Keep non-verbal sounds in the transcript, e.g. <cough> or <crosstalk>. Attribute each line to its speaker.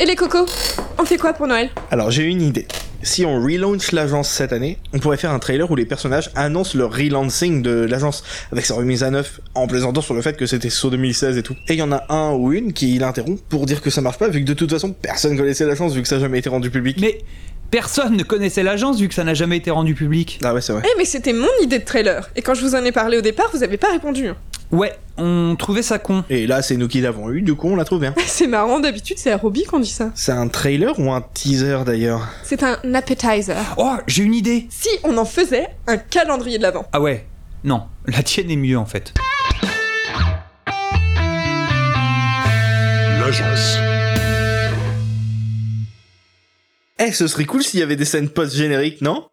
Speaker 1: Et les cocos On fait quoi pour Noël
Speaker 2: Alors j'ai une idée. Si on relaunch l'agence cette année, on pourrait faire un trailer où les personnages annoncent leur relancing de l'agence avec sa remise à neuf, en plaisantant sur le fait que c'était saut 2016 et tout. Et il y en a un ou une qui l'interrompt pour dire que ça marche pas, vu que de toute façon personne connaissait l'agence vu que ça n'a jamais été rendu public.
Speaker 3: Mais personne ne connaissait l'agence vu que ça n'a jamais été rendu public.
Speaker 2: Ah ouais c'est vrai.
Speaker 1: Eh mais c'était mon idée de trailer Et quand je vous en ai parlé au départ, vous avez pas répondu. hein.
Speaker 3: Ouais, on trouvait ça con.
Speaker 2: Et là c'est nous qui l'avons eu, du coup on l'a trouvé. hein.
Speaker 1: <laughs> C'est marrant, d'habitude c'est à Roby qu'on dit ça.
Speaker 2: C'est un trailer ou un teaser d'ailleurs
Speaker 1: C'est un appetizer.
Speaker 3: Oh, j'ai une idée
Speaker 1: Si on en faisait un calendrier de l'avant.
Speaker 3: Ah ouais, non, la tienne est mieux en fait.
Speaker 4: l'agence.
Speaker 2: Eh ce serait cool s'il y avait des scènes post-génériques, non